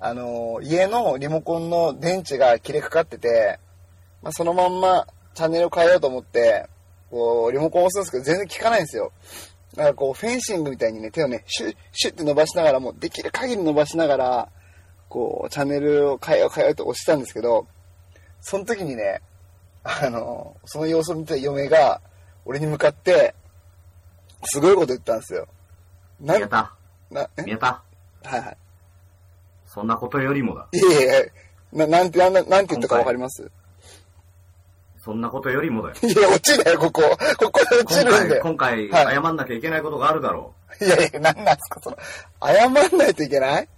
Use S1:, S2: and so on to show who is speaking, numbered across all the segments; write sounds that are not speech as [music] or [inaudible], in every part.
S1: あの、家のリモコンの電池が切れかかってて、まあ、そのまんまチャンネルを変えようと思って、こう、リモコンを押すんですけど、全然効かないんですよ。だからこう、フェンシングみたいにね、手をね、シュッ、シュッって伸ばしながら、もうできる限り伸ばしながら、こう、チャンネルを変えよう変えようと押してたんですけど、その時にね、あの、その様子を見てた嫁が、俺に向かって、すごいこと言ったんですよ。な
S2: 宮、田、
S1: な、え
S2: 宮田、
S1: はいはい。
S2: そんなことよりもだ。
S1: いえいえ、な、なんて、なんなんて言ったかわかります
S2: そんなことよりもだよ。
S1: いや、落ちるよ、ここ。ここで落ちるん
S2: 今
S1: だ
S2: 回、
S1: よ。
S2: 今回、
S1: はい
S2: 謝んなきゃいけないことがあるだろ。
S1: いやいや、なんなんすか、その、謝んないといけない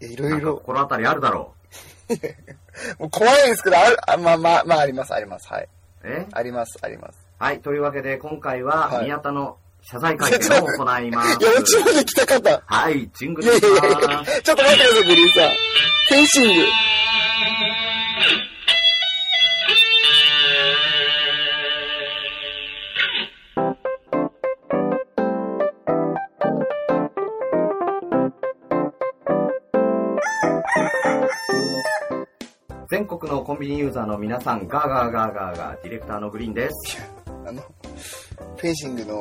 S1: いや、いうろ
S2: ないんか
S1: ろ。
S2: 心当たりあるだろ
S1: もう怖いですけど、ある、あまあまあ、まあ、あります、あります。はい。
S2: う。え
S1: あります、あります。
S2: はい、というわけで、今回
S1: は
S2: は、
S1: い
S2: 宮田の謝罪会見を行います
S1: い。や、落ちまで来た方。
S2: はい、ジング
S1: い
S2: ル
S1: や
S2: で
S1: い
S2: す
S1: やいやいや、ちょっと待ってください、グリーンさん。フェンシング。
S2: 全国のコンビニユーザーの皆さん、ガーガーガーガーガー、ディレクターのグリーンです。
S1: あの、フェンシングの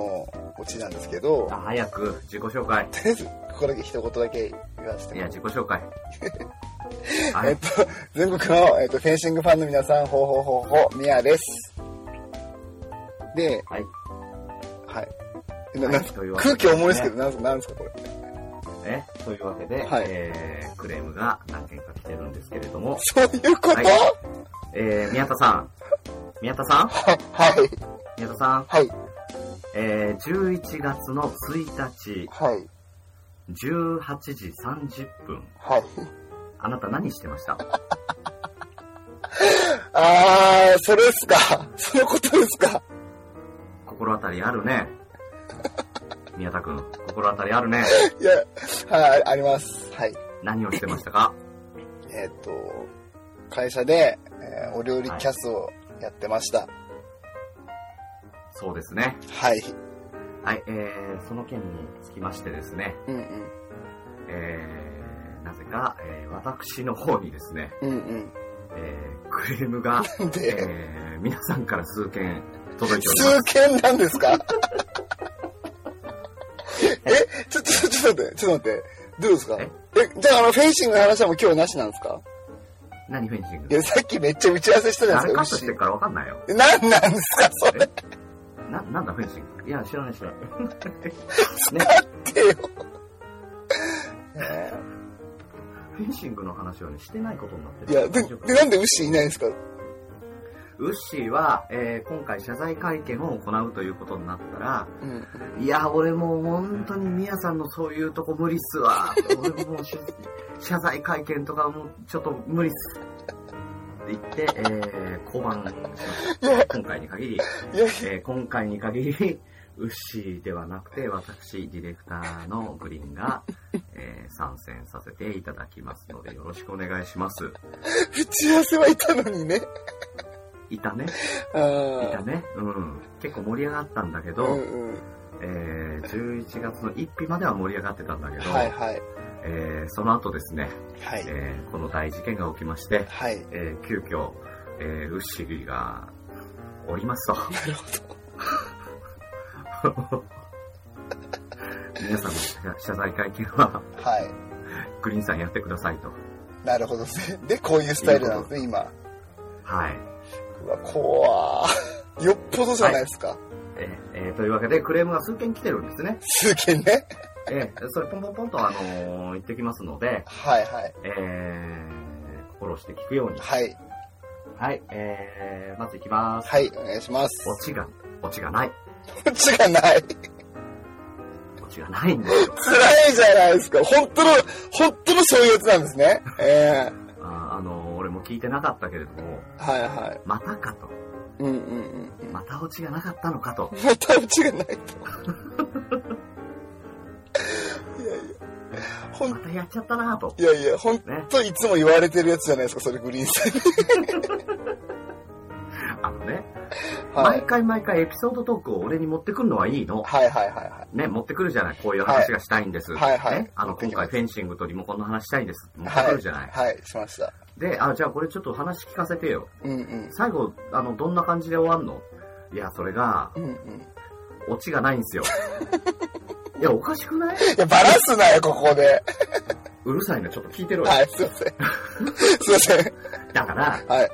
S1: オチなんですけど、
S2: あ早く、自己紹介。
S1: とりあえず、ここだけ一言だけ言わせても
S2: いや、
S1: らって
S2: 自己。
S1: [laughs]
S2: 紹介。は
S1: えっ
S2: い、
S1: と、全国の、えっと、フェンシングファンの皆さん、ほうほうほうほう、ミヤです。で、
S2: はい、
S1: はい。え
S2: は
S1: ないなんすか
S2: というわけで
S1: 空気重いですけど、なんすか、なんすか、これ。
S2: ね。というわけで、
S1: はい
S2: えー、クレームが何件か来てるんですけれども、
S1: そういうこと、
S2: は
S1: はいい、
S2: えー、宮田さん、宮田さん
S1: はい、
S2: 宮田さん、
S1: はい、
S2: えー、11月の1日、
S1: はい、
S2: 18時30分、
S1: はい。
S2: あなた何してました
S1: あー、それっすか。 [laughs] そのことですか。
S2: 心当たりあるね。宮田くん、心当たりあるね。
S1: いや、はい、あります。はい。
S2: 何をしてましたか
S1: えっ、と、会社で、えーお料理キャスをやってました。
S2: そうですね。
S1: はい。
S2: はい、えー、その件につきましてですね、
S1: うんうん。
S2: えー、なぜか、えー、私の方にですね、
S1: うん
S2: えー、クレームが、
S1: [laughs] うん。で、
S2: えー、皆さんから数件届いております。
S1: 数件なん [laughs] です
S2: [laughs]
S1: かえ、ちょ、ちょ、ちょっと待って、ちょっと待って。どうですか
S2: え
S1: え、じゃあ、あの、フェンシングの話はもう今日なしなんですか
S2: 何フェンシン
S1: い
S2: グ
S1: や、さっきめっちゃ打ち合わせしてたじ
S2: 誰
S1: ゃない
S2: カ
S1: で
S2: ット
S1: す
S2: し
S1: か、
S2: てるからわかんないよ。
S1: 牛。何なんですか、それっ
S2: な、なんだフェンシングいや、知らない知らない。
S1: てよ。ね
S2: フェンシングの話はね、してないことになってる。
S1: いや、で、
S2: 大丈夫
S1: でなんで牛いないんですか
S2: ウッシーは、えー今回謝罪会見を行うということになったら、
S1: うん。
S2: いや、俺もう本当にミヤさんのそういうとこ無理っすわ。俺ももう謝謝罪会見とかもうちょっと無理っす。って言って、えー、降板しました。今回に限り、
S1: いや、
S2: えー今回に限り、ウッシーではなくて、私、ディレクターのグリーンが、えー参戦させていただきますので、よろしくお願いします。
S1: 打ち合わせはいたのにね。
S2: いたね
S1: あ
S2: いた
S1: ー。
S2: ねうん。結構盛り上がったんだけ
S1: う
S2: ど、
S1: んうん。
S2: えー11月の1日までは盛り上がってたんだけど、
S1: はいはい。
S2: えーその後ですね、
S1: はい。
S2: えーこの大事件が起きまして、
S1: はい。
S2: えー急遽、えーウッシーがおりますと。
S1: なるほ
S2: 皆さんの謝謝罪会見は、
S1: ど。はい。
S2: グリーンさんやってくださいと。
S1: なるほどですね。で、こういうスタイルなんですね、今。
S2: はい。
S1: うわ、怖ー。よっぽどじゃないですか。
S2: えーえーというわけで、クレームが数件来てるんですね。
S1: 数件ね。
S2: えーそれポンポンポンと、あのー言ってきますので、
S1: はいはい。
S2: えー、心して聞くように。
S1: はい。
S2: はい、えー、まず行きます。
S1: はい、お願いします。
S2: オチが、オチがない。
S1: こっちがない。
S2: オチがないんですよ。
S1: 辛いじゃないですか。本当の、本当のそういうやつなんですね。え
S2: あーあのー俺も聞いてなかったけれども、
S1: えはいはい。
S2: またかと。
S1: うんうんうん。
S2: またオチがなかったのかと。
S1: またうちがないと。いやいや。ほ
S2: ま
S1: ん、
S2: たやっちゃったなと。
S1: いやいや、ほん
S2: ね。
S1: といつも言われてるやつじゃないですか、それグリーンさんに。
S2: あのね、
S1: はい
S2: 毎。回毎回エピソードトークを俺に持ってくるのはいいの。
S1: はいはいはいはい。
S2: ね、持ってくるじゃない。こういう話がしたいんです。
S1: はいはいはい
S2: ね、あの、今回フェンシングとリモコンの話したいんです。持って
S1: は
S2: く
S1: い
S2: るじゃない。
S1: はい、しました。
S2: で、あ、じゃあこれちょっと話聞かせてよ。
S1: うんうん。
S2: 最後、あの、どんな感じで終わんのいや、それが、
S1: うんうん。い
S2: オチがないんで
S1: [laughs]
S2: すよ。いや、おかしくない
S1: や、バラすなよ、ここで。
S2: うるさいな、ちょっと聞いてろよ。
S1: はい、すいません。すいません。
S2: だから、ね、
S1: はい。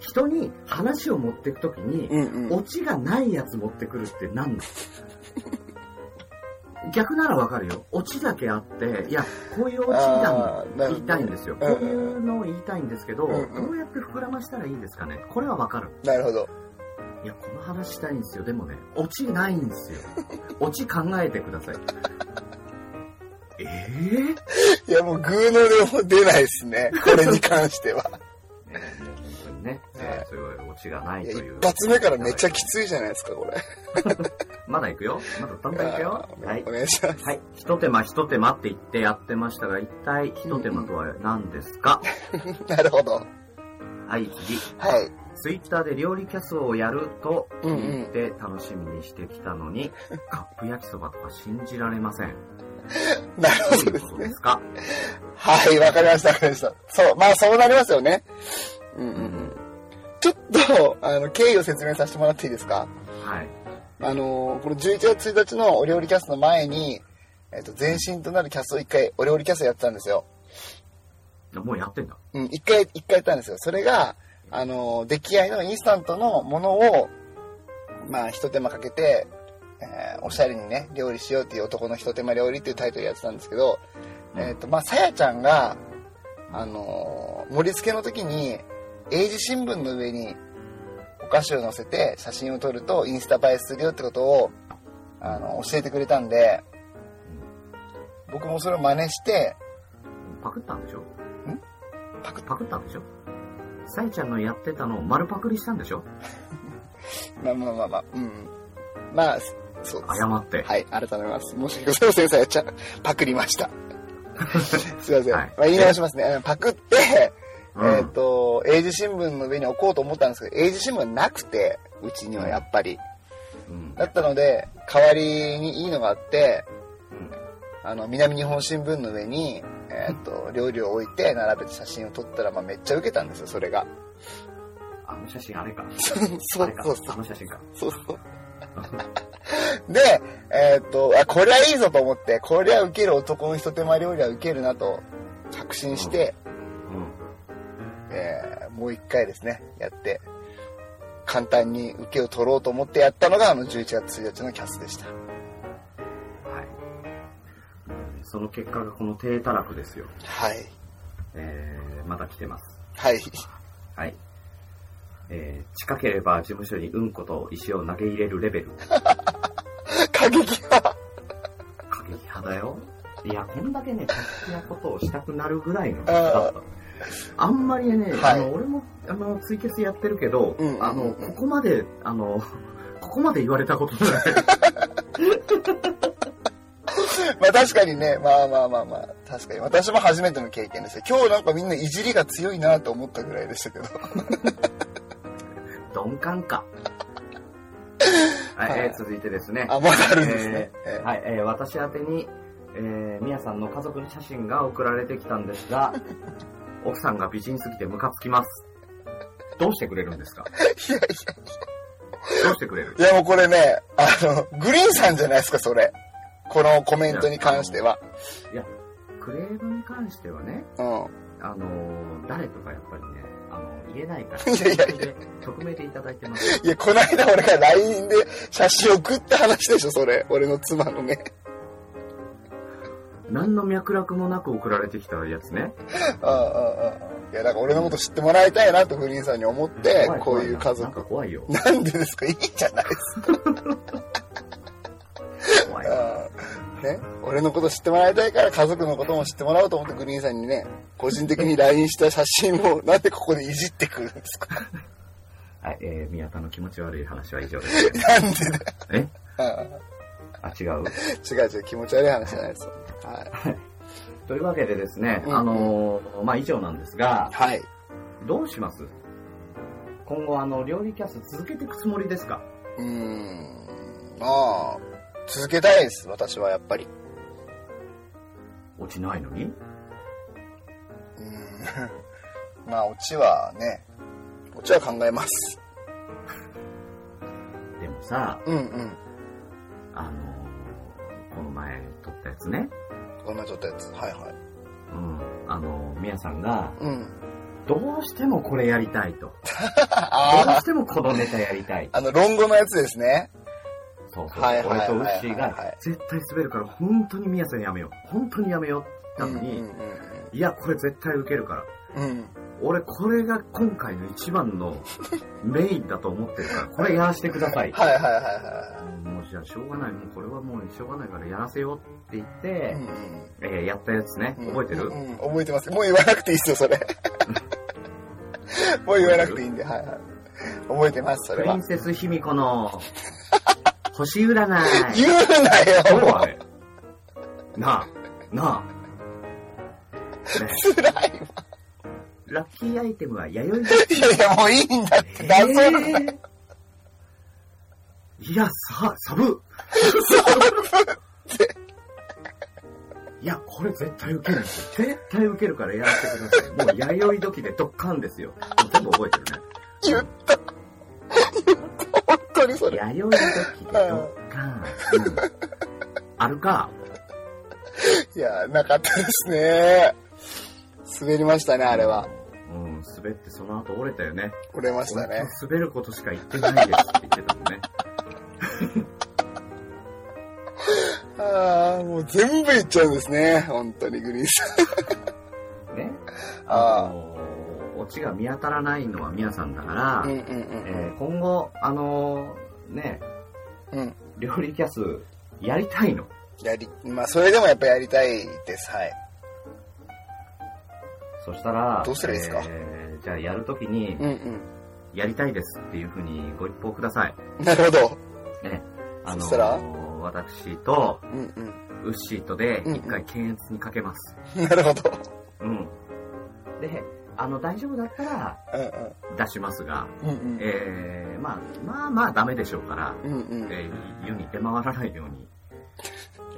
S2: 人に話を持ってくときに、
S1: うんうん。
S2: オチがないやつ持ってくるって何だ逆ならわかるよ。オチだけあって、いや、こういうオチが
S1: あーな
S2: 言
S1: る
S2: いたいんですよ。こ
S1: う
S2: うんいうのを言いたいんですけど、
S1: うんうん
S2: どうやって膨らましたらいいんですかねこれはわかる。
S1: なるほど。
S2: いや、この話したいんですよ。でもね、オチないんで
S1: [laughs]
S2: すよ。オチ考えてください。えー、
S1: いや、もう、グーの音も出ないですね。これに関しては。
S2: えーもう本当にね、えー、すごいオチがない
S1: い
S2: と
S1: や、
S2: いう。
S1: 一発目からめっちゃきついじゃないですか、これ。
S2: まだ行くよまだどんどん行くよ
S1: あー
S2: はい
S1: お。願いします。 [laughs]
S2: はい。ひと手間ひと手間って言ってやってましたが、一体ひと手間とは何ですか、
S1: なるほど。は
S2: はい、次。
S1: い。
S2: ツイッターで料理キャスをやると
S1: うんうん
S2: 言って楽しみにしてきたのに、カップ焼きそばとか信じられません。
S1: なるほど
S2: どういう
S1: で
S2: こ
S1: す
S2: と
S1: ね
S2: で。すか
S1: はい、わかりました、わかりました。そう、まあ、そうなりますよね。うんうんうん。ちょっと、あの、経緯を説明させてもらっていいですか
S2: はい。
S1: あのーこの11月1日のお料理キャスの前に、えっ、と、前身となるキャスを一回、お料理キャスやってたんですよ。
S2: もうやってんだ。
S1: うん、一回、一回やったんですよ。それが、あのー出来合いのインスタントのものを、まあ、一手間かけて、えーおしゃれにね、料理しようっていう男の一手間料理っていうタイトルやってたんですけど、えっ、と、まあ、さやちゃんが、あのー盛り付けの時に、英字新聞の上にお菓子を載せて写真を撮るとインスタ映えするよってことを、あの、教えてくれたんで、僕もそれを真似して、
S2: パクったんでしょ
S1: パクッ、
S2: パクったんでしょさえちゃんのやってたのを丸パクリしたんでしょ
S1: まあまあまあまあ、うんうん。まあ、そうです。
S2: 謝って。
S1: はい、改めます。申し訳ございません、さやちゃん。 [laughs] パクりま
S2: [laughs]
S1: した。すいません。
S2: はい
S1: まあ、言い直しますね。あのパクって、
S2: うん
S1: えっ、と、英字新聞の上に置こうと思ったんですけど、英字新聞がなくて、うちにはやっぱり。
S2: うん
S1: だったので、代わりにいいのがあって、
S2: うん
S1: あの、南日本新聞の上に、えっ、
S2: [laughs]
S1: と、料理を置いて、並べて写真を撮ったら、まあ、めっちゃ受けたんですよ、それが。
S2: あの写真あれか。
S1: そ
S2: あ
S1: う
S2: れか
S1: そう
S2: あの写真か。
S1: そうそう。で、えっ、と、あ、こりゃいいぞと思って、こりゃ受ける男の一手間料理は受けるなと、確信して、
S2: うん。
S1: えーもう一回ですね、やって、簡単に受けを取ろうと思ってやったのが、あの、11月1日のキャスでした。
S2: はい。その結果がこの低たらくですよ。
S1: はい。
S2: えー、また来てます。
S1: はい。
S2: はい。えー、近ければ事務所にうんこと石を投げ入れるレベル。
S1: [laughs] 過 [laughs] 激派
S2: 過激派だよ。いや、こんだけね、過激なことをしたくなるぐらいの人だった。あんまりね、
S1: はい
S2: あの、俺も、あの、ツイキャスやってるけど、
S1: うん
S2: あの、ここまで、あの、ここまで言われたことない。
S1: まあ確かにね、まあまあまあまあ、確かに。私も初めての経験ですよ。今日なんかみんないじりが強いなと思ったぐらいでした [laughs] けど。
S2: 鈍感か。はい、えー続いてですね。
S1: あ、まだあるんですね。え
S2: はい、えー私宛てに、えー、みやさんの家族の写真が送られてきたんですが、奥さんが美人すぎてムカつきます。どうしてくれるんですかどうしてくれる
S1: えいやもうこれね、あの、グリーンさんじゃないですか、それ。このコメントに関しては。
S2: クレームに関してはね、
S1: うん。
S2: あのー誰とかやっぱりね、あの言えないから、
S1: いやいやい
S2: 匿名で匿名でいただいてます。
S1: いや、こないだ俺が LINE で写真送った話でしょ、それ。俺の妻のね。
S2: 何の脈絡もなく送られてきたやつね。
S1: うんうんうん。いや、だから俺のこと知ってもらいたいなとグリーンさんに思って
S2: 怖、
S1: こういう家
S2: なんか
S1: 族。
S2: 怖いよ。
S1: なんでですかいいじゃないですか
S2: 怖いよ。
S1: あーね、俺のこと知ってもらいたいから家族のことも知ってもらおうと思ってグリーンさんにね個人的に LINE した写真をなんでここでいじってくるんですか
S2: はい、えー、宮田の気持ち悪い話は以上です。
S1: なんでだよ
S2: え
S1: あ
S2: あ、違う
S1: ー違う違う気持ち悪い話じゃないですよはい、
S2: というわけでですね、
S1: うん
S2: あのーまあ以上なんですが、
S1: はい、
S2: どうします今後、あの、料理キャスト続けていくつもりですか
S1: うーん、まあ、続けたいです、私はやっぱり。
S2: 落ちないのに
S1: うーん、 [laughs] まあ、オチはね、オチは考えます。
S2: でもさ、
S1: うんうん。
S2: あの、この前撮ったやつね。
S1: こんなちょっとやつ。はいはい。
S2: うん。あの、みやさんが、
S1: うん。
S2: どうしてもこれやりたいと。どう
S1: ああ、
S2: してもこのネタやりたい。
S1: あの、論語のやつですね。
S2: そうそう。
S1: はいはい
S2: 俺
S1: はいは
S2: と
S1: い
S2: ウッシー
S1: は
S2: が
S1: い、
S2: 絶対滑るから、本当にみやさんやめよう。本当にやめよう。なのに、
S1: うんうん
S2: いや、これ絶対受けるから。
S1: うん。うん
S2: 俺、これが今回の一番のメインだと思ってるから、これやらせてください。
S1: はいはいはいは
S2: もうじゃあしょうがない、もうこれはもうしょうがないからやらせようって言っ
S1: い。
S2: て、
S1: うんうん
S2: えーやったやつね、覚えてる、
S1: うんうん覚えてます。もう言わなくていいっすよ、そ
S2: [laughs]
S1: れ。もう言わなくていいんで、はいはい。覚えてます、そ
S2: プ
S1: れ
S2: リ
S1: は
S2: ン。セス卑弥呼の星占い。
S1: 言うな
S2: どう
S1: よ
S2: あれなあ、なあ。ね
S1: [laughs] 辛いわ。
S2: ラッキーアイテムは弥生だ
S1: いやいや、もういいんだって、だそうだから。
S2: えーいや、さ、サブいや、これ絶対受けるんですよ。絶対受けるからやらせてください。もう、弥生時でドッカンですよ。もう全部覚えてるね。
S1: 言った。言った、本当にそれ。
S2: 弥生時でドッカン。うん、あるか。
S1: いや、なかったですね。滑りましたね、あれは。
S2: うん、滑ってその後折れたよね。
S1: 折れましたね。
S2: 滑ることしか言ってないですって言ってたもんね。
S1: ああ、もう全部いっちゃうんですね。本当に、グリーンさ
S2: ね。
S1: あー
S2: あの、オチが見当たらないのはミヤさんだから、
S1: ん。うんうんうん。
S2: えー今後、あのーね、
S1: うん
S2: 料理キャスやりたいの。
S1: やり、まあ、それでもやっぱやりたいです。はい。
S2: そしたら、
S1: どうすればいいですか
S2: えーじゃあやるときに、
S1: うんうん。
S2: やりたいですっていうふうにご一報ください。
S1: なるほど。
S2: あのー
S1: そしたら
S2: 私と、
S1: うんう
S2: ウッシーとで、
S1: うんうん
S2: 一回検閲にかけます。
S1: ん。なるほど。
S2: うん。で、あの、大丈夫だったら
S1: うんうん。
S2: 出しますが、
S1: うんうん。
S2: えー、まあ、まあまあダメでしょうから、
S1: うんうん、
S2: えー、世に出回らないように、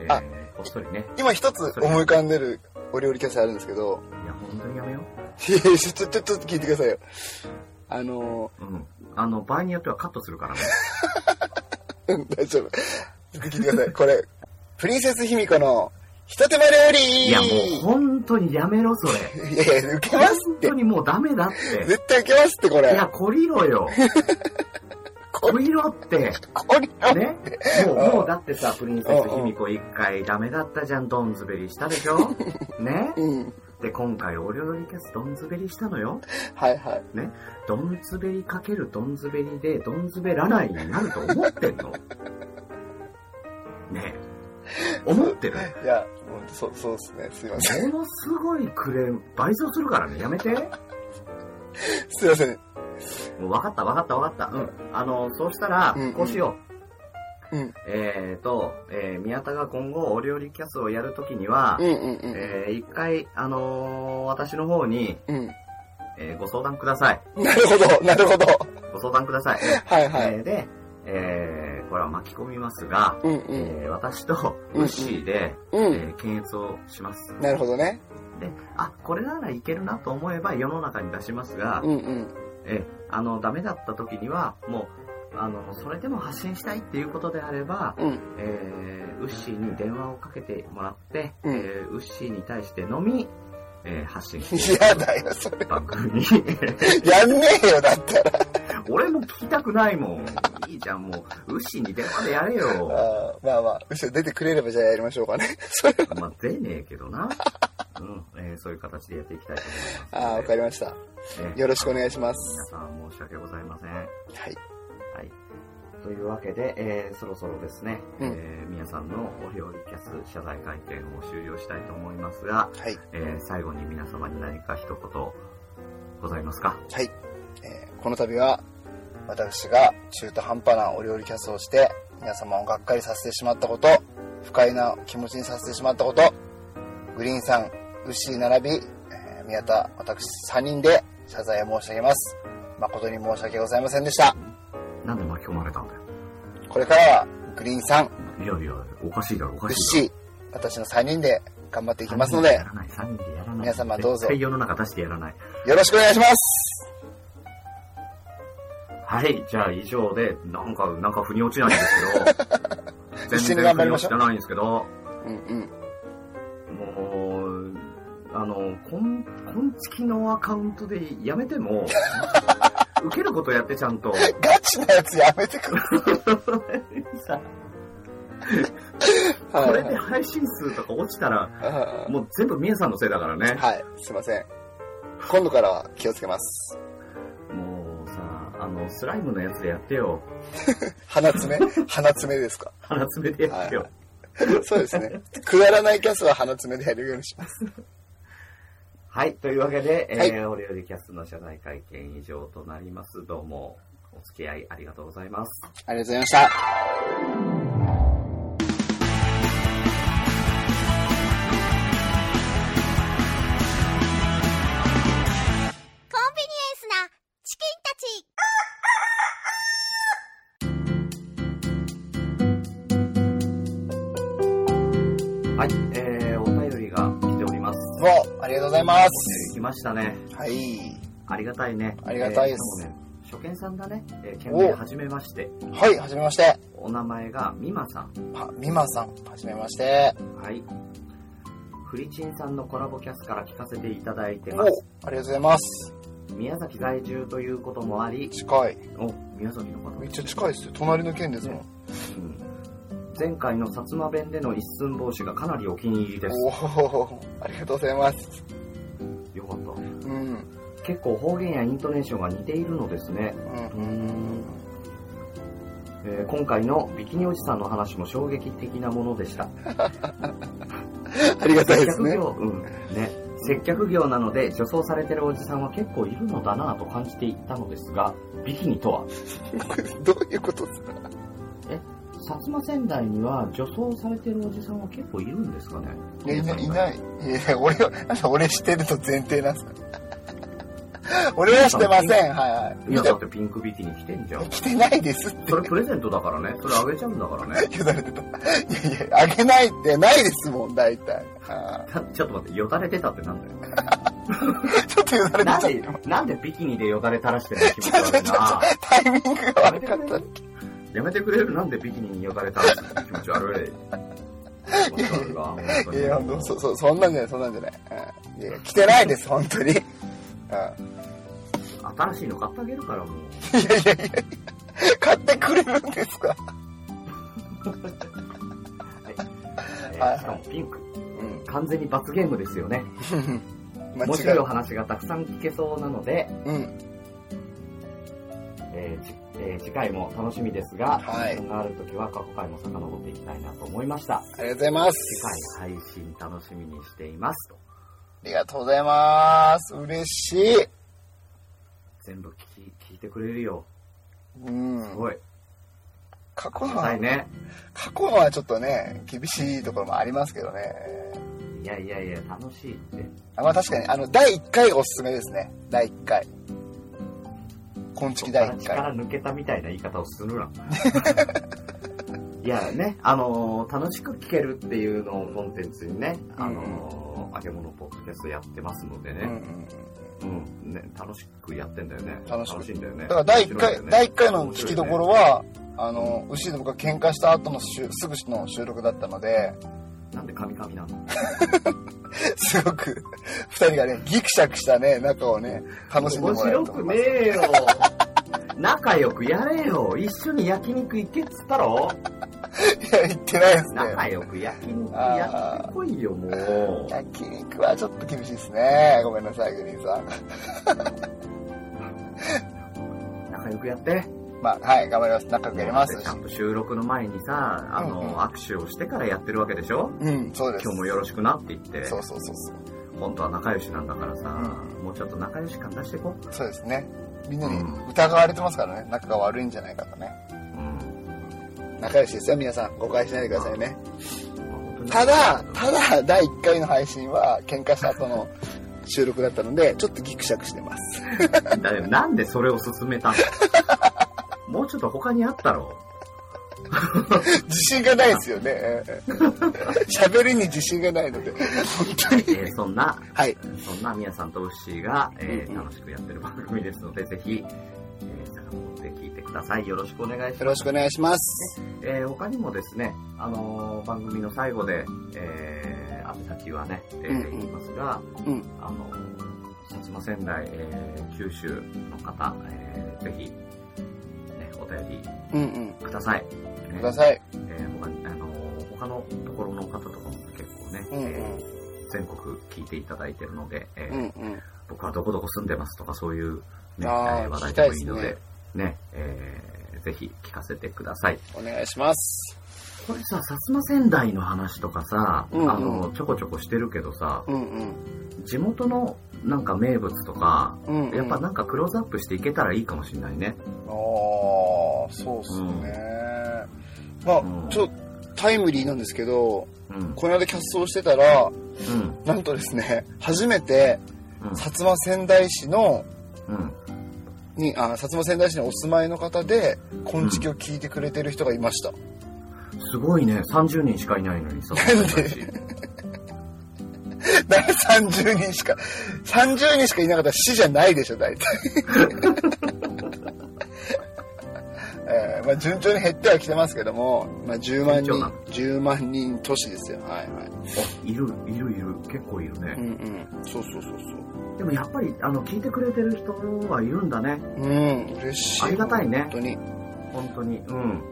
S2: え
S1: あ
S2: ー、こっそりね、
S1: 今一つ思い浮かんでるお料理キャスあるんですけど、
S2: いや、本当にやめよう。
S1: いやい [laughs] やちょ、ちょ、ちょちょっと聞いてくださいよ。あの
S2: うん。あの、場合によってはカットするからね。
S1: ー、うん大丈夫。ちょっと聞いてください。これ、プリンセス卑弥呼のひと手間料理
S2: いや、もう本当にやめろ、それ。
S1: いやいや、受けま
S2: 本
S1: すって
S2: 当。にもうダメだって。
S1: 絶対受けますって、こ
S2: い
S1: れ
S2: や、。こりろよ。こりろって。
S1: これ、
S2: ね。もう、もうだってさ、プリンセス卑弥呼一回ダメだったじゃん、ドンズベリしたでしょね。
S1: うん。
S2: で、今回、お料理キャスドンズベリしたのよ。
S1: はいはい。
S2: ドンズベリかけるドンズベリで、ドンズベらないになると思ってんのね思ってる
S1: いや、もうそう、そうですね。すいません。
S2: ものすごいクレーム、倍増するからね、やめて。
S1: すいません。
S2: もう分かった分かった分かった。うん。あの、そうしたら
S1: うんうん、
S2: こうしよう。
S1: うん
S2: えっ、と、えー宮田が今後お料理キャスをやるときには
S1: う、んうんうん。
S2: えー一回、あのー私の方に、
S1: う
S2: えーご相談ください。
S1: ん。なるほど、なるほど。
S2: ご相談ください。
S1: はいはい。
S2: えーで、えーこれは巻き込みますが、
S1: うん
S2: え
S1: うん。
S2: ー私とウッシーで、
S1: う
S2: え
S1: ん。
S2: ー検閲をします。
S1: なるほどね。
S2: で、あ、これならいけるなと思えば世の中に出しますが、
S1: うんうん。
S2: ええあのダメだった時にはもうあのそれでも発信したいっていうことであれば、
S1: うん。
S2: えーウッシーに電話をかけてもらって、
S1: うん
S2: えーウッシーに対してのみ、えー発信して
S1: 嫌だよ、それ。[laughs]
S2: 番組に
S1: やんねえよ、だったら。
S2: 俺も聞きたくないもんいいじゃんもうウッシーに電話でやれよ、
S1: あーまあまあ、むしろ出てくれればじゃあやりましょうかね。それ
S2: まあ、出ねえけどな、うんえーそういう形でやっていきたいと思いますので
S1: ああ、わかりました。
S2: えー
S1: よろしくお願いします。
S2: 皆さん申し訳ございません
S1: はい。
S2: はい。というわけで、えーそろそろですね、
S1: うん
S2: えー皆さんのお料理キャス謝罪会見を終了したいと思いますが、
S1: はい。
S2: えー最後に皆様に何か一言ございますか
S1: はい。えーこの度は、私が中途半端なお料理キャスをして、皆様をがっかりさせてしまったこと、不快な気持ちにさせてしまったこと、グリーンさん、ウッシー並び、えー宮田、私3人で謝罪を申し上げます。誠に申し訳ございませんでした。
S2: なんで巻き込まれたんだよ。
S1: これからは、グリーンさん、
S2: いやいや、おかしいだろ、お
S1: ウ
S2: か
S1: ッ
S2: しいだろ。
S1: シー、私の3人で頑張っていきますの
S2: 三人で
S1: で
S2: や、らない、三人でやらない。
S1: 皆様どうぞ
S2: 絶対世の中出してやらない。
S1: よろしくお願いします、
S2: はい、じゃあ以上で、なんか、なんか腑に落ちないんですけ
S1: [laughs]
S2: ど
S1: 一緒に頑張りましょう
S2: 腑に落ちてないんですけど、も
S1: うんうん。
S2: う、あの、こん、こんつきのアカウントでやめて [laughs] も、受けることやってちゃ [laughs] んと。
S1: ガチなやつやめてくれ。
S2: さ
S1: はい
S2: これで配信数とか落ちたら、
S1: [laughs] は
S2: もう全部みやさんのせいだから
S1: い。
S2: ね。
S1: はい、すいません。今度からは気をつけます。
S2: もうさ、あの、スライムのやつでやってよ。
S1: 鼻 [laughs] 爪鼻爪ですか
S2: 鼻詰めてやってよ。
S1: そうですね。くだらないキャスは鼻爪でやるようにします。
S2: はい、というわけで、えー
S1: はい
S2: オレオレキャスの謝罪会見以上となります。どうも、お付き合いありがとうございます。
S1: ありがとうございました。
S3: コンビニエンスなチキンたち
S2: はい、えー、お便りが来ております。
S1: もう、ありがとうございま
S2: お便り
S1: す。
S2: 来ましたね。
S1: はい。
S2: ありがたいね。
S1: ありがたいです
S2: えー。しかもね初見さんだね。えー、件名はじめまして。
S1: はい、はじめまして。
S2: お名前がみまさん。
S1: あ、みまさん、はじめまして。
S2: はい。フリチンさんのコラボキャスから聞かせていただいて
S1: お、あ
S2: ま
S1: り
S2: す。
S1: がとうございます。
S2: 宮崎在住ということもあり、
S1: 近い。
S2: お、宮崎の方
S1: めっちゃ近いですよ。隣の県ですもん。
S2: うん前回の薩摩弁での一寸法師がかなりお気に入りです。
S1: おお、ありがとうございます。
S2: よかった。
S1: うん、うん、
S2: 結構方言やイントネーションが似ているのですね。
S1: うん。
S2: えー今回のビキニおじさんの話も衝撃的なものでした。
S1: [laughs] ありがたい
S2: 接
S1: です
S2: 客
S1: ね。
S2: 業、うん、ね。接客業なので、女装されてるおじさんは結構いるのだなぁと感じていたのですが、ビキニとは
S1: [laughs] どういうことですか
S2: 薩摩仙台には女装されてるおじさんは結構いるんですかね
S1: いや、いない、いない。いやいや、俺は、なんか俺してると前提なんですか [laughs] 俺はしてません。はいはい。
S2: い
S1: 見
S2: やだ
S1: て
S2: っ、てピンクビキニ着てんじゃん
S1: 来てないですって
S2: それプレゼントだからねそれあげちゃうんだからね [laughs]
S1: 言われて [laughs] た。いやいや、あげないってないですもん、大体。は
S2: たちょっと待ってよだれてたってなんだよ
S1: いちょっと言われて
S2: な
S1: た
S2: ん。で [laughs] なんでビキニでよだれ垂らしてるの気持ち悪いな [laughs]
S1: タイミングが悪かった。
S2: やめてくれるなんでビキニによだれ垂らしてる気持ち悪い気持ち悪いわ本当
S1: い
S2: に
S1: やいや、そ、そ、そんなんじゃない、そんなんじゃない。うんいやいや、来てないです、本当に。うんい
S2: 新しいの買ってあげるからもう
S1: やいやいやいや、買ってくれるんですか
S2: え
S1: はい
S2: ーしかもピンク
S1: うん。
S2: 完全に罰ゲームですよね
S1: 間
S2: 面白
S1: 違
S2: い
S1: い
S2: お。話がたくさん聞けそうなので、
S1: うん。
S2: えーじえー次回も楽しみですが、
S1: はい
S2: 時間があるときは過去回も遡っていきたいなと思いました。
S1: ありがとうございま
S2: 次
S1: す。
S2: 回配信楽しみにしています。
S1: ありがとうございます。嬉しい。
S2: 全部聞き聞いてくれるよ。
S1: う
S2: す
S1: ん。
S2: ごい。
S1: 過去のは、
S2: はいね。
S1: 過去のはちょっとね、厳しいところもありますけどね。
S2: いやいやいや、楽しいって。
S1: あまあ確かに、あの、第1回がおすすめですね。第1回。昆
S2: そ
S1: 虫
S2: こ
S1: 第
S2: から
S1: 1回。
S2: 力抜けたみたいな言い方をす
S1: [laughs]
S2: るな。いやね、あのー楽しく聞けるっていうのをコンテンツにね、あのー揚げ物ポッドキャストやってますので
S1: うんう
S2: ね、
S1: ん。
S2: うん、ね、楽しくやってんだよね。
S1: 楽しく
S2: いんだよね。
S1: だから第1
S2: 面白い
S1: 回、
S2: よね
S1: 第一回の聞きどころは、あの、
S2: う
S1: 牛と僕が喧嘩した後の収すぐの収録だったので、 [laughs]
S2: なんで神々なの
S1: すごく、二人がね、ギクシャクしたね、中をね、楽しんで
S2: 面
S1: もらえる
S2: 白
S1: と思い
S2: く
S1: ま
S2: ね
S1: す。
S2: えよ仲良くやれよ一緒に焼肉行けっつったろ
S1: いや、言ってないですね。
S2: 仲良く焼肉やってこいよもう
S1: 焼肉はちょっと厳しいですね。ごめんなさい、グリーンさん。
S2: 仲良くやって
S1: まあ、はい、頑張ります。仲良くやります。
S2: ちゃんと収録の前にさあの、
S1: うんうん
S2: 握手をしてからやってるわけでしょ
S1: うん、そうです。
S2: 今日もよろしくなって言って
S1: そうそうそうそう。
S2: 本当は仲良しなんだからさ、もうちょっと仲良し感出していこ
S1: そうですね。みんなに疑われてますからね、仲が悪いんじゃないかとね。
S2: う、うんま
S1: 仲良しですよ、皆さん。誤解しないでくださいね。
S2: あ本当に
S1: ただ、ただ、第1回の配信は、喧嘩した後の収録だったので、ちょっとギクシャクしてます。
S2: [laughs] だよなんでそれを勧
S1: [laughs]
S2: めたのもうちょっと他にあったろ
S1: 自信がないですよね。ええ喋りに自信がないので、本当に。
S2: えーそんな、
S1: はい。
S2: そんなみやさんとウッシーが、えー
S1: うんうん
S2: 楽しくやってる番組ですので、ぜひ、えー、遡って聞いてください。よろしくお願いし
S1: よ
S2: ま
S1: ろ
S2: す
S1: し。くお願いします。
S2: えー他にもですね、あのー番組の最後で、えー、宛先はね、えー
S1: うんうん
S2: 言いますが、
S1: うん
S2: あのー、薩摩仙台、えー九州の方、えーぜひ、ね、お便
S1: うんうん。
S2: りください。
S1: ください。
S2: えー他にあのー他のところの方とかも結構ね、
S1: うんうん
S2: えー全国聞いていただいてるので、えー
S1: うんうん。
S2: 僕はどこどこ住んでますとかそういう、ねえ
S1: あー
S2: ー話
S1: 聞き
S2: 題
S1: た
S2: で
S1: い
S2: も
S1: で
S2: い
S1: す
S2: い
S1: ね
S2: ので、ねえーぜひ聞かせてください。
S1: お願いします。
S2: これさ、薩摩仙台の話とかさ、
S1: うんうん
S2: あの、ちょこちょこしてるけどさ、
S1: うんうん。
S2: 地元のなんか名物とか、
S1: うん、うん。
S2: やっぱなんかクローズアップしていけたらいいかもしんないね。
S1: ああ、そうっすね。まあ、
S2: うん
S1: ちょっとタイムリーなんですけど、
S2: うん。
S1: この間キャストをしてたら、
S2: うん。
S1: なんとですね、初めて
S2: うん
S1: 薩摩仙台市の、
S2: うん。
S1: に、あ、薩摩仙台市にお住まいの方で、昆虫を聞いてくれてる人がいました。
S2: すごいね、30人しかいないの
S1: [laughs]
S2: にさ、
S1: だいたい30人しか、30人しかいなかったら死じゃない [laughs] でしょ、大体。えーまあ、順調に減ってはきてますけども、まあ、10万人
S2: 順調なの、
S1: 10万人都市ですよ。はいはい。
S2: いる、いる、いる、結構いる
S1: う
S2: ね。
S1: んうん。そうそうそうそ
S2: でもやっぱり、あの、聞いてくれてる人はいるんだね。
S1: う。うん、嬉しい。
S2: ありがたいね
S1: 本当に。
S2: 本当に。うん。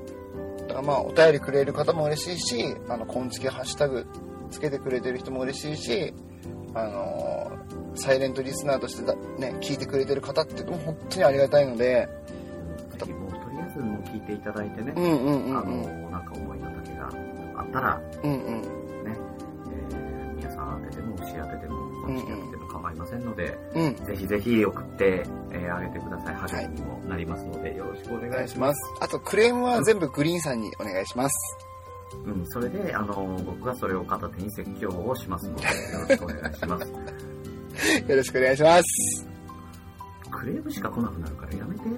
S1: だからまあ、お便りくれる方も嬉しいし、あの、今月ハッシュタグつけてくれてる人も嬉しいし、あのーサイレントリスナーとしてだ、ね、聞いてくれてる方って、もう本当にありがたいので、
S2: ぜひもうとりあえずもう聞いていただいてね
S1: う、んうんう
S2: あ
S1: んうん。
S2: の、なんか思いの丈があったら、
S1: うんうん。
S2: えー皆さん当てても、牛当てても、こっち当てても構いませんので、
S1: うん。
S2: ぜひぜひ送って、えーあげてください。励みにもなりますので、よろしくお
S1: お
S2: 願
S1: 願い
S2: いし
S1: し
S2: ま
S1: ます。あと、クレームは全部グリーンさんにお願いします。
S2: す。うん、それで、あの、僕がそれを片手に説教をしますので、よろしくお願いします。
S1: よろしくお願いします。
S2: クレームしか来なくなるからやめて。
S1: [laughs]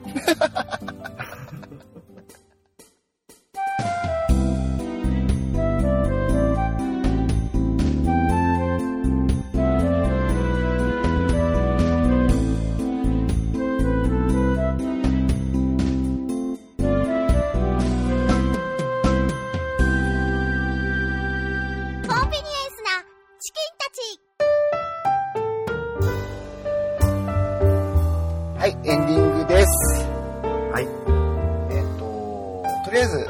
S3: コンビニエンスなチキンたち
S1: はい、エンディングです。
S2: はい。
S1: えっ、と、とりあえず、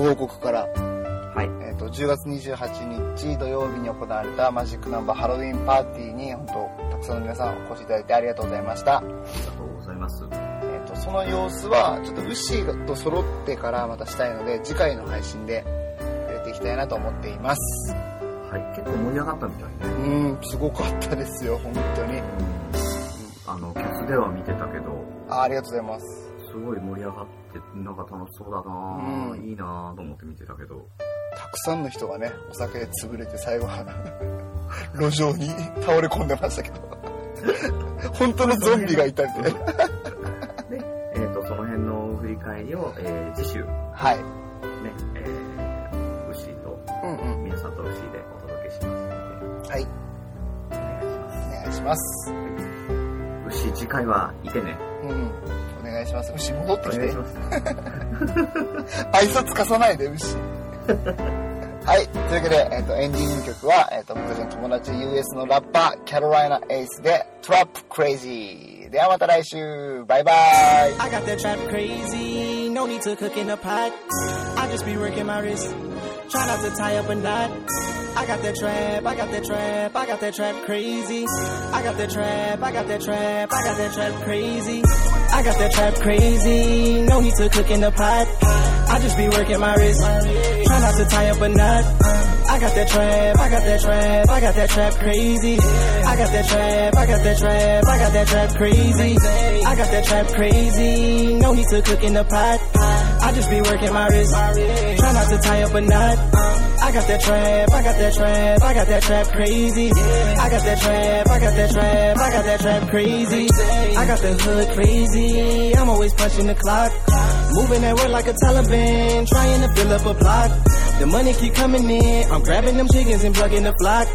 S1: ご報告から。
S2: はい。
S1: えっ、と、10月28日土曜日に行われたマジックナンバーハロウィンパーティーに、本当たくさんの皆さんお越しいただいてありがとうございました。
S2: ありがとうございます。
S1: えっ、と、その様子は、ちょっとウッシーと揃ってからまたしたいので、次回の配信で触れていきたいなと思っています。
S2: はい、結構盛り上がったみたい
S1: う
S2: ね。
S1: ん、すごかったですよ、本当に。
S2: あの、キャスでは見てたけど、
S1: あありがとうございます。
S2: すごい盛り上がって、なんか楽しそうだなぁ、
S1: うん
S2: いいなぁと思って見てたけど、
S1: たくさんの人がね、お酒で潰れて最後は [laughs] 路上に倒れ込んでましたけど。 [laughs] 本当のゾンビがいたんで。
S2: えっ、と、その辺の振り返りを、えー次週、ね、
S1: はい。
S2: えー、牛と、
S1: うんうん。
S2: 皆さんと牛でお届けしますので、
S1: はい。
S2: お願いし
S1: お
S2: ま
S1: 願いします。
S2: す。牛、次回はいてね。
S1: うんうん。お願いします。牛戻って
S2: お
S1: き
S2: 願い
S1: て
S2: し。ます。
S1: 挨拶貸さないで、牛。 [laughs] はい。というわけで、えっ、と、エンディング曲は、えっ、と、僕たちの友達 US のラッパー、キャロライナ・エイスで、トラップ・クレイジー。ではまた来週。バイバイ。
S4: I got that trap crazy, no need to cook in a pot. I just be working my wrist, try not to tie up a knot. I got that trap, I got that trap, I got that trap crazy. I got that trap, I got that trap, I got that trap crazy. I got that trap crazy, no need to cook in a pot. I just be working my wrist, try not to tie up a knot. I got that trap, I got that trap, I got that trap crazy. I got that trap, I got that trap, I got that trap crazy. I got that trap crazy, no need to cook in the pot. I just be working my wrist, try not to tie up a knot. I I got that trap, I got that trap, I got that trap crazy. I got that trap, I got that trap, I got that trap crazy. I got the hood crazy. I'm always punching the clock. Moving at work like a Taliban, trying to fill up a block. The money keep coming in, I'm grabbing them chickens and plugging the block.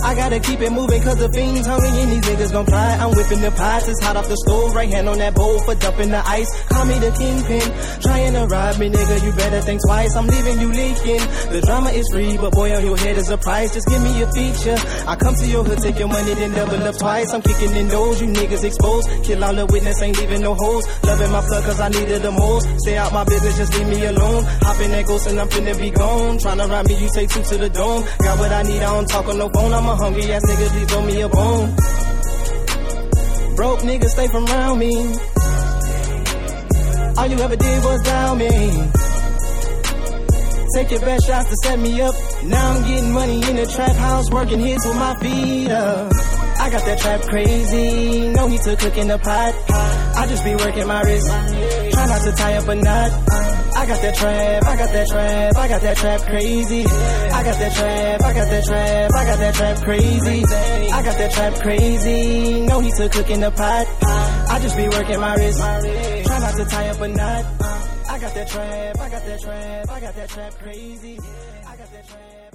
S4: I gotta keep it moving cause the fiends hungry and these niggas gon' fly. I'm whipping the pies, it's hot off the stove, right hand on that bowl for dumping the ice. Call me the kingpin, trying to rob me, nigga, you better think twice. I'm leaving you leaking. The drama is free, but boy, on your head is a price. Just give me a feature. I come to your hood, take your money, then double up twice. I'm kicking in those, you niggas exposed. Kill all the witness, ain't leaving no holes. Loving my plug cause I needed the most. Stay out my business, just leave me alone. Hop in that ghost and I'm finna be gone. Tryna rob me, you take two to the dome. Got what I need, I don't talk on no phone. I'm a hungry ass nigga, please throw me a bone. Broke niggas stay from round me. All you ever did was down me. Take your best shots to set me up. Now I'm getting money in the trap house, working hits with my feet up. I got that trap crazy, no need to cook in the pot. I just be working my wrist, try not to tie up a knot. I got that trap, I got that trap, I got that trap crazy. I got that trap, I got that trap, I got that trap crazy. I got that trap crazy, no need to cook in the pot. I just be working my wrist, try not to tie up a knot. I got that trap, I got that trap, I got that trap crazy. I got that trap.